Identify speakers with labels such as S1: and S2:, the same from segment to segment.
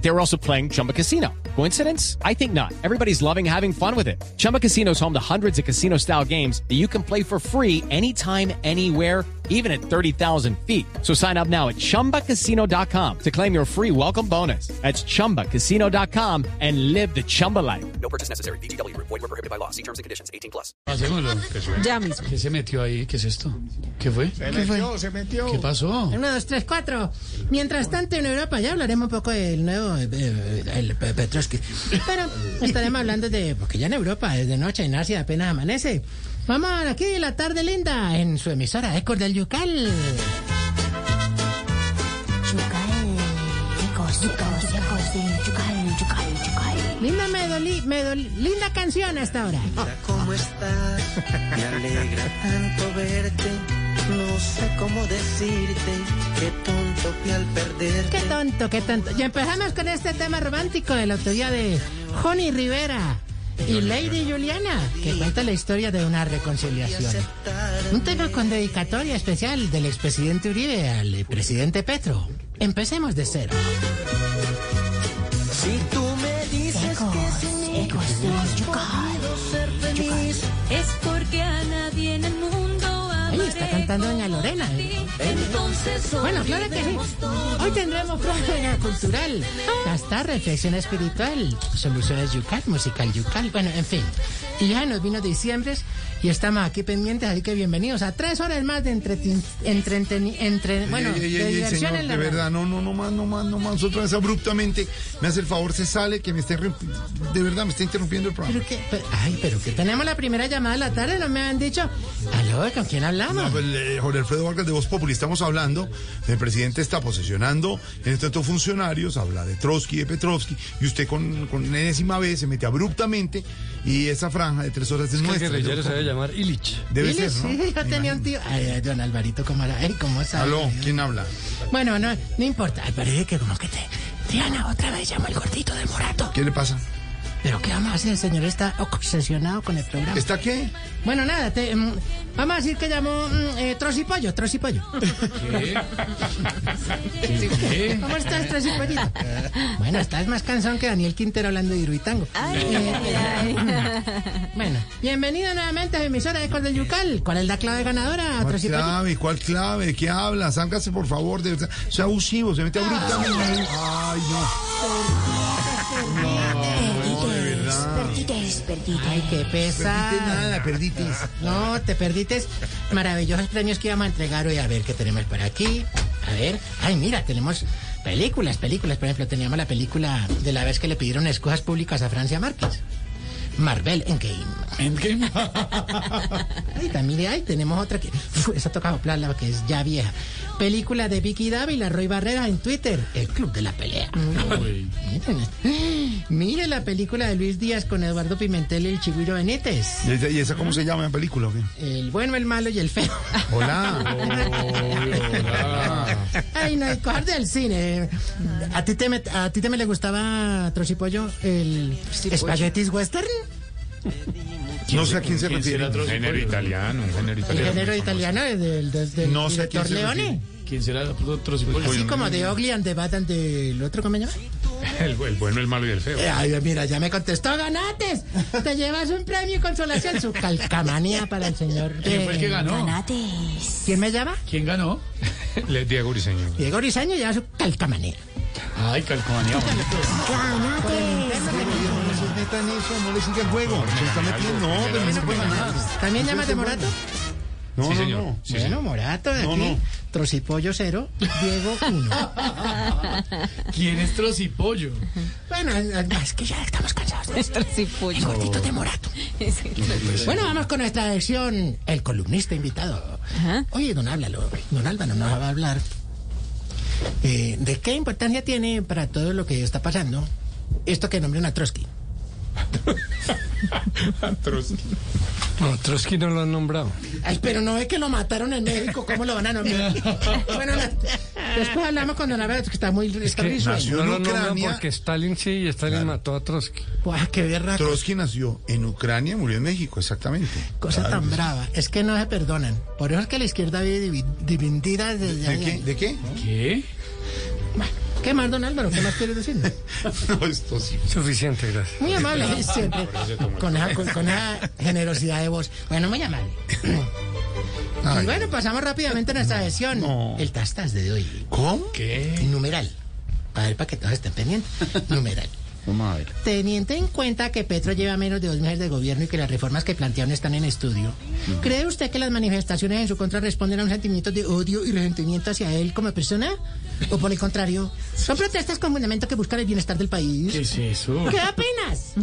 S1: They were also playing Chumba Casino. Coincidence? I think not. Everybody's loving having fun with it. Chumba Casino is home to hundreds of casino style games that you can play for free anytime, anywhere even at 30,000 feet. So sign up now at ChumbaCasino.com to claim your free welcome bonus. That's ChumbaCasino.com and live the Chumba life.
S2: No purchase necessary. BGW. Void were prohibited by law. See terms and conditions. 18 plus.
S3: Hacémoslo.
S4: Ya mismo.
S3: ¿Qué se metió ahí? ¿Qué es esto? ¿Qué fue?
S5: Se metió, se metió.
S3: ¿Qué pasó?
S4: Uno, dos, tres, cuatro. Mientras tanto, en Europa ya hablaremos un poco del nuevo eh, eh, el Pe- Petrovsky. Pero estaremos hablando de. Porque ya en Europa, desde noche, en Asia apenas amanece. Vamos aquí, la tarde linda, en su emisora Ecos del Yucal. Linda, me dolí, me dolí- linda canción hasta ahora.
S6: ¿Cómo estás? Me alegra tanto verte. No sé cómo decirte. Qué tonto fui al perderte.
S4: Qué tonto, qué tonto. Y empezamos con este tema romántico de la autoría de Johnny Rivera y Lady Juliana, que cuenta la historia de una reconciliación. Un tema con dedicatoria especial del expresidente Uribe al eh, presidente Petro. Empecemos de cero.
S6: Si tú me dices que sin mí no has podido ser feliz.
S7: Es porque a nadie en el mundo
S4: Ahí está cantando Doña Lorena. ¿eh?
S7: Entonces
S4: Bueno, claro que sí. Hoy tendremos práctica cultural, hasta reflexión espiritual, soluciones yucal, musical yucal, bueno, en fin. Y ya nos vino diciembre y estamos aquí pendientes, así que bienvenidos a tres horas más de entretin- entreteni- entre,
S5: Ey,
S4: bueno,
S5: ey, ey,
S4: de
S5: ey,
S4: diversión
S5: señor,
S4: en la
S5: de verdad, no, no, no más, no más, no más. Otra vez abruptamente me hace el favor, se sale, que me está interrump- de verdad me está interrumpiendo el programa.
S4: Pero que, pe- ay, pero que tenemos la primera llamada de la tarde, no me han dicho. Aló, ¿con quién hablamos?
S5: No, pues, eh, Jorge Alfredo Vargas de Voz Populi, estamos hablando, el presidente está posesionando en este tanto funcionarios, habla de Trotsky, de Petrovsky, y usted con, con una enésima vez se mete abruptamente y esa franja de tres horas es
S3: El
S5: nuestra.
S3: guerrillero se debe llamar Illich.
S5: Debe
S4: Dile,
S5: ser, ¿no?
S4: Sí, yo
S5: Me
S4: tenía un
S5: imagino.
S4: tío. Ay, ay, don Alvarito, ¿cómo, la- ay, cómo sabe?
S5: Aló, ¿quién habla?
S4: Bueno, no, no importa. Ay, Parece que como que te. Diana, otra vez llamó el gordito del morato.
S5: ¿Qué le pasa?
S4: ¿Pero qué vamos a hacer? El señor está obsesionado con el programa.
S5: ¿Está qué?
S4: Bueno, nada, te, mm, vamos a decir que llamó mm, eh, Trocipollo, Trocipollo. ¿Cómo estás, Trocipollo? bueno, estás más cansón que Daniel Quintero hablando de Iruitango. bueno, bienvenido nuevamente a mi emisora Ecos del Yucal. ¿Cuál es la clave ganadora,
S5: ¿Cuál
S4: Trocipollo?
S5: clave? ¿Cuál clave? ¿De qué habla? Sángase, por favor. De verdad. Sea abusivo, se mete abruptamente. Ay, no.
S8: Perdites, perdites.
S4: Ay, qué
S5: Perdiste
S4: pesado.
S5: nada, perdiste.
S4: No, te perdites maravillosos premios que íbamos a entregar hoy. A ver qué tenemos por aquí. A ver. Ay, mira, tenemos películas, películas. Por ejemplo, teníamos la película de la vez que le pidieron escuelas públicas a Francia Márquez. Marvel en Game. Y también ahí tenemos otra que. Uf, esa toca soplarla que es ya vieja. Película de Vicky Dávila, Roy Barrera en Twitter. El Club de la Pelea. Miren. Mire la película de Luis Díaz con Eduardo Pimentel y el Chihuiro Benítez.
S5: ¿Y esa, y esa cómo se llama en película? o qué?
S4: El bueno, el malo y el feo.
S5: Hola.
S4: Ay, no, el cosas del cine. ¿A ti te, me, a ti te me le gustaba, Trocipollo, el espaguetis western?
S5: No sé a quién se refiere.
S9: Género italiano, un género
S4: El
S9: italiano.
S4: género italiano del, del, del
S5: No sé a quién
S4: director
S5: se
S4: Leone.
S5: refiere.
S3: ¿Quién será el Trocipollo?
S4: Así como de Ogly and the Batman del otro, ¿cómo se llama?
S9: El, el bueno, el malo y el feo.
S4: Eh, Ay, mira, ya me contestó, ganates. Te llevas un premio y consolación, su calcamanía para el señor.
S3: ¿Quién fue el que
S4: eh,
S3: ganó?
S8: Ganates.
S4: ¿Quién me llama?
S3: ¿Quién ganó?
S9: Le- Diego Uriseño.
S4: Diego Rizaño lleva su calcamanía.
S3: Ay, calcomanía.
S5: No se metan en eso, no le siga el juego. Se está metiendo. No, pero no se puede ganar.
S4: ¿También llamas de Morato?
S5: No,
S9: Sí,
S5: no,
S9: señor.
S5: no.
S9: Sí,
S4: bueno,
S9: señor.
S4: Morato de
S5: No,
S4: aquí,
S5: no.
S4: Trocipollo cero, Diego uno.
S3: ¿Quién es Trocipollo?
S4: bueno, es que ya estamos cansados de esto. El gordito de Morato. Bueno, vamos con nuestra sección, el columnista invitado. Oye, don Álvaro, don Álvaro nos va a hablar eh, de qué importancia tiene para todo lo que está pasando esto que nombran a Trotsky.
S9: Trotsky.
S10: No, Trotsky no lo han nombrado.
S4: Ay, pero no ve que lo mataron en México, ¿cómo lo van a nombrar? bueno, na- después hablamos con Don Alberto, que está muy está
S10: Que
S4: risueño.
S5: nació
S10: no
S5: en
S10: lo nombran
S6: Ah.
S5: Ucrania.
S10: porque Stalin sí y Stalin mató a Trotsky.
S4: Buah, qué berraco,
S5: Trotsky nació en Ucrania y murió en México, exactamente.
S4: cosa
S5: Claro.
S4: tan brava. Es que no se perdonan. Por eso es que la izquierda vive divi- dividida desde
S5: ¿De qué?
S4: allá.
S5: ¿De qué?
S3: ¿Qué?
S4: ¿Qué más, Don Álvaro? ¿Qué más quieres decir?
S5: No, esto sí.
S10: Suficiente, gracias.
S4: Muy amable, siempre. Con esa, con- con esa generosidad de voz. Bueno, muy amable.
S5: Ay,
S4: Y bueno, pasamos rápidamente a nuestra sesión. El tastas de hoy.
S5: ¿Cómo?
S3: ¿Qué?
S4: Numeral. A ver, para que todos estén pendientes. Numeral.
S5: Vamos a ver.
S4: Teniendo en cuenta que Petro lleva menos de dos meses de gobierno y que las reformas que plantearon están en estudio,
S5: Mm.
S4: ¿cree usted que las manifestaciones en su contra responden a un sentimiento de odio y resentimiento hacia él como persona? ¿O por el contrario, son protestas con fundamento que buscan el bienestar del país?
S3: ¿Qué es eso?
S4: ¿Qué apenas?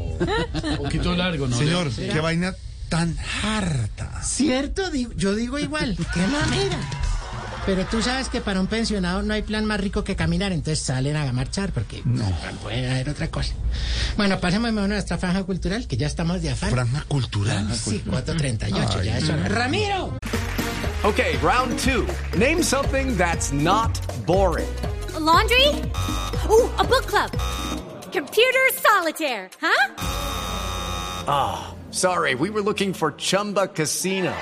S3: Un poquito largo, ¿no?
S5: Señor, qué vaina tan harta.
S4: Cierto, di- yo digo igual. ¡Qué mamera! Pero tú sabes que para un pensionado no hay plan más rico que caminar, entonces salen a marchar porque no puede haber otra cosa. Bueno, pasemos mejor a nuestra franja cultural, que ya estamos de afán.
S5: Franja cultural.
S4: Sí, 438, ya es hora. ¡Ramiro!
S11: Okay, round two. Name something that's not boring.
S7: laundry? Ooh, a book club. Computer solitaire, huh?
S11: Sorry, we were looking for Chumba Casino.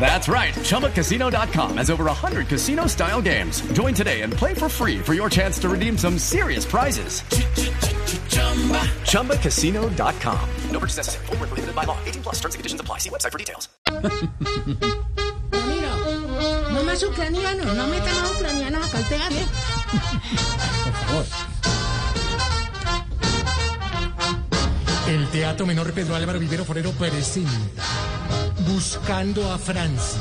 S11: That's right. ChumbaCasino.com has over 100 casino style games. Join today and play for free for your chance to redeem some serious prizes. ChumbaCasino.com.
S2: No purchase necessary. Void where prohibited by law. 18 plus terms and conditions apply. See website for details.
S4: ¡Ramiro! No más ucranianos, no metan más ucranianos acá al teatro. El Teatro Menor Pedro Álvaro Vivero Forero presenta Buscando a Francia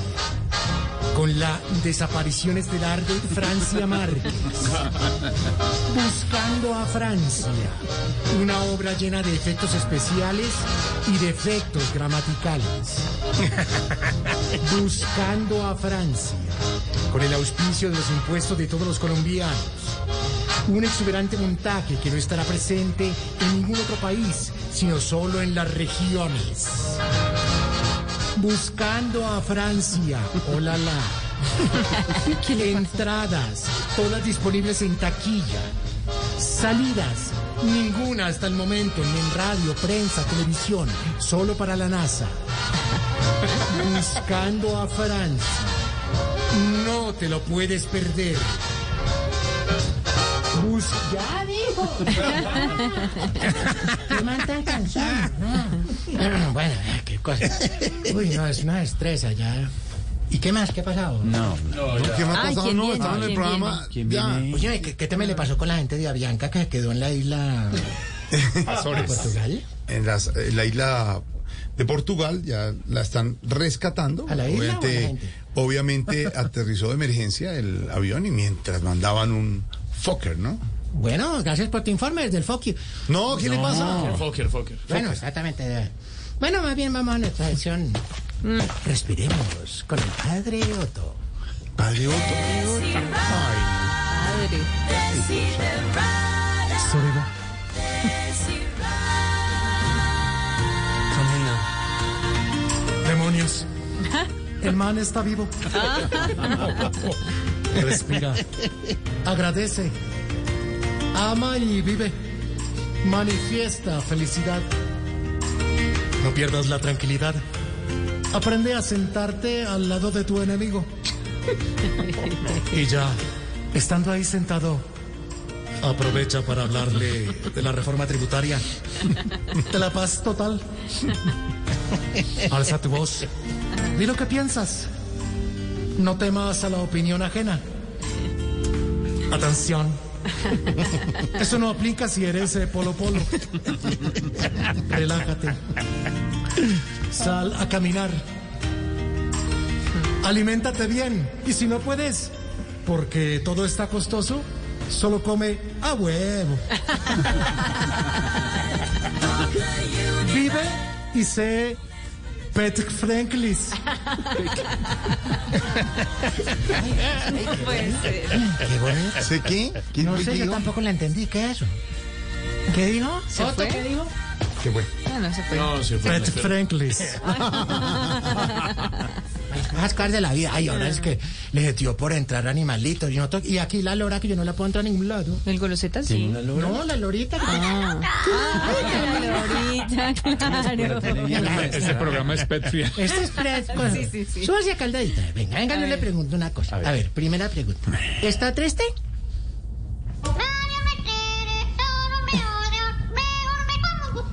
S4: con la desaparición estelar de Francia Márquez. Buscando a Francia, una obra llena de efectos especiales y de efectos gramaticales. Buscando a Francia, con el auspicio de los impuestos de todos los colombianos. Un exuberante montaje que no estará presente en ningún otro país, sino solo en las regiones. Buscando a Francia, hola la. Entradas, todas disponibles en taquilla. Salidas, ninguna hasta el momento, ni en radio, prensa, televisión, solo para la NASA. Buscando a Francia. No te lo puedes perder. Bus ya dijo. Qué man tan cansado. No. bueno, eh, qué cosa. Uy, no, es una destreza ya. ¿Y qué más? ¿Qué ha pasado? No.
S5: ¿Qué más ha
S8: Ay,
S5: pasado?
S8: ¿quién
S5: No,
S8: viene?
S5: estaba en el
S8: ¿Quién
S5: programa. ya.
S4: Ah, Oye, ¿qué, qué tema le pasó con la gente de Avianca que se quedó en la isla de Portugal?
S5: En, las- en la isla de Portugal ya la están rescatando.
S4: ¿A la isla
S5: obviamente,
S4: o a la gente?
S5: obviamente aterrizó de emergencia el avión y mientras mandaban un Fokker, ¿no?
S4: Bueno, gracias por tu informe desde el Focio.
S5: No, ¿qué le pasa?
S3: Fokker, Fokker.
S4: Bueno, exactamente. Bueno, más bien vamos a nuestra sección. Respiremos con el padre Otto.
S5: Padre Otto. Ay,
S10: Soledad. Camina. Demonios. El man está vivo. Respira.
S4: Agradece. Ama y vive. Manifiesta felicidad.
S10: No pierdas la tranquilidad.
S4: Aprende a sentarte al lado de tu enemigo.
S10: Y ya, estando ahí sentado, aprovecha para hablarle de la reforma tributaria, de la paz total. Alza tu voz, di lo que piensas. No temas a la opinión ajena. Atención. Eso no aplica si eres eh, polo polo. Relájate. Sal a caminar. Aliméntate bien. Y si no puedes, porque todo está costoso, solo come a huevo. Vive y sé pet friendly.
S4: Qué bonito.
S5: ¿Sé qué? ¿Quién
S4: No
S5: me
S4: sé, yo
S5: dijo?
S4: tampoco la entendí. ¿Qué es eso? ¿Qué dijo? ¿Otto qué dijo?
S5: Se fue.
S12: Ah, No, no se fue.
S3: No, se fue.
S4: Fred Franklis. Las cosas de la vida. Ay, ahora es que les dio por entrar animalitos. Y, nosotros- y aquí la lora que yo no la puedo entrar a ningún lado.
S12: El goloseta sí.
S4: No, la Ah. lorita.
S12: Ahorita, claro.
S9: Este programa es pet free.
S4: Este es Fred. con-
S12: Sí, sí, sí.
S4: Súbase a Calderita. Venga, venga, yo le pregunto una cosa. A ver. primera pregunta. ¿Está triste?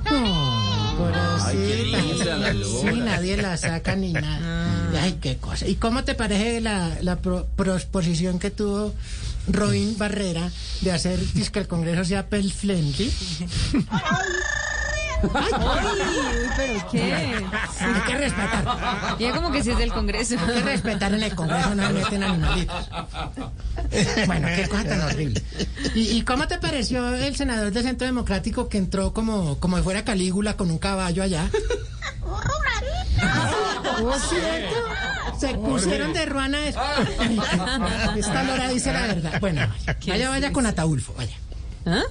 S4: Ay, pobrecita. Sí, nadie la saca ni nada. Ay, qué cosa. ¿Y cómo te parece la, la pro- proposición que tuvo Robin Barrera de hacer dice que el Congreso sea Apple friendly?
S12: Uy, pero qué.
S4: Hay que respetar.
S12: Ya como que si es del Congreso.
S4: Hay que respetar en el Congreso, no se meten animalitos. Bueno, qué cosa tan horrible. ¿Y, y cómo te pareció el senador del Centro Democrático que entró como, como si fuera Calígula con un caballo allá? ¿Oh, cierto? Se pusieron de ruana después. Esta lora dice la verdad. Bueno, vaya, vaya, vaya con Ataulfo, vaya.
S12: ¿Ah?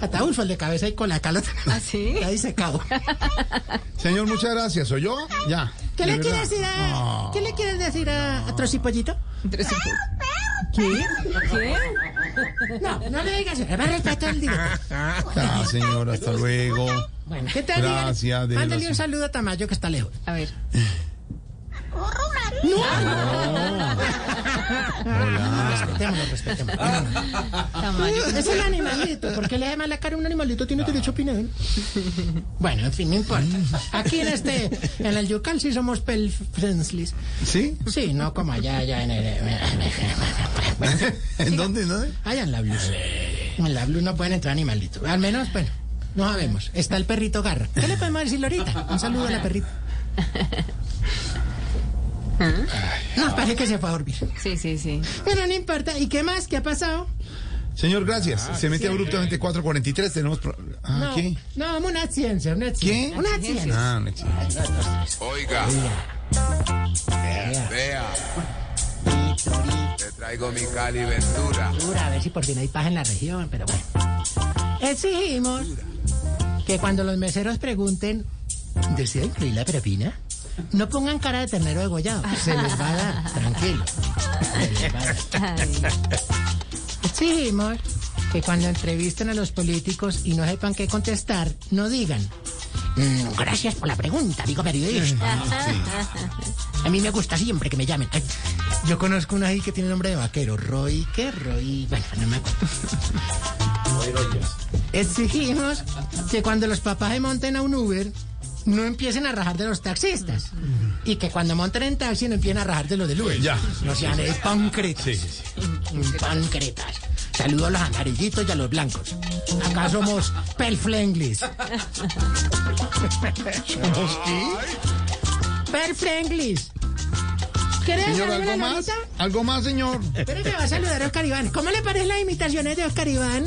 S4: Ataulfo, el de cabeza y cola, acá lo tenemos.
S12: ¿Ah, sí?
S4: Ahí secado.
S5: Señor, muchas gracias. ¿Soy yo? Ya.
S4: ¿Qué
S5: de
S4: le
S5: verdad. Ah.
S4: quieres decir a,
S5: No.
S4: ¿qué le quieres decir a, a Trocipollito?
S12: Entre sí. ¿Qué? ¿Qué?
S4: No, no le digas, va a respetar el directo.
S5: Ya, señor, hasta luego.
S4: Bueno, ¿qué tal?
S5: Gracias,
S4: Dígale-
S5: de
S4: Mándale
S5: los-
S4: un saludo a Tamayo que está lejos.
S12: A ver.
S5: Hola.
S4: Respetémoslo, respetémoslo. No, no, no.
S5: Ah.
S12: Tamayo.
S4: Es un animalito. ¿Por qué le llama la cara a un animalito?
S5: Ah.
S4: Tiene derecho a opinar. Bueno, en fin, no importa. Aquí en este, en el Yucal sí somos pel friendlies.
S5: ¿Sí?
S4: Sí, no como allá, allá en el...
S5: ¿En dónde? ¿No?
S4: Allá en la Blue. En la Blue no pueden entrar animalitos. Al menos, bueno, no sabemos. Está el perrito Garra. ¿Qué le podemos decir ahorita? Un saludo a la perrita. No, parece que se fue a dormir.
S12: Sí, sí, sí.
S4: Bueno, no importa. ¿Y qué más? ¿Qué ha pasado?
S5: Señor, gracias. Se mete abruptamente 4.43. Tenemos... pro- Ah,
S4: Ah, No,
S5: ¿qué?
S4: no, una ciencia, una ciencia.
S5: ¿Qué?
S4: Una ciencia.
S5: Ah, no, sí.
S13: Oiga, vea, te traigo mi Cali Ventura.
S4: Dura, a ver si por fin hay paz en la región, pero bueno. Exigimos que cuando los meseros pregunten, ¿desea incluir la propina? No pongan cara de ternero degollado. Se les va a dar, tranquilo. Se les va a dar.
S12: Ay,
S4: Exigimos que cuando entrevisten a los políticos y no sepan qué contestar, no digan. "Mm, gracias por la pregunta, digo periodista. A mí me gusta siempre que me llamen. Ay, yo conozco una ahí que tiene nombre de vaquero. Roy, ¿qué Roy? Bueno, no me acuerdo. Exigimos que cuando los papás se monten a un Uber, no empiecen a rajar de los taxistas. Y que cuando monten en taxi, no empiecen a rajar de los del Uber.
S5: Ya.
S4: No sean eh, páncretas.
S5: Sí, sí, sí.
S4: Páncretas. Saludo a los amarillitos y a los blancos. Acá somos perflenglis.
S5: ¿Somos qué?
S4: Perflenglis. ¿Quieres
S5: Señor,
S4: saludarme la
S5: ¿algo más?
S4: Lolita?
S5: ¿Algo más, señor?
S4: Espera que va a saludar a Oscar Iván. ¿Cómo le parecen las imitaciones de Oscar Iván?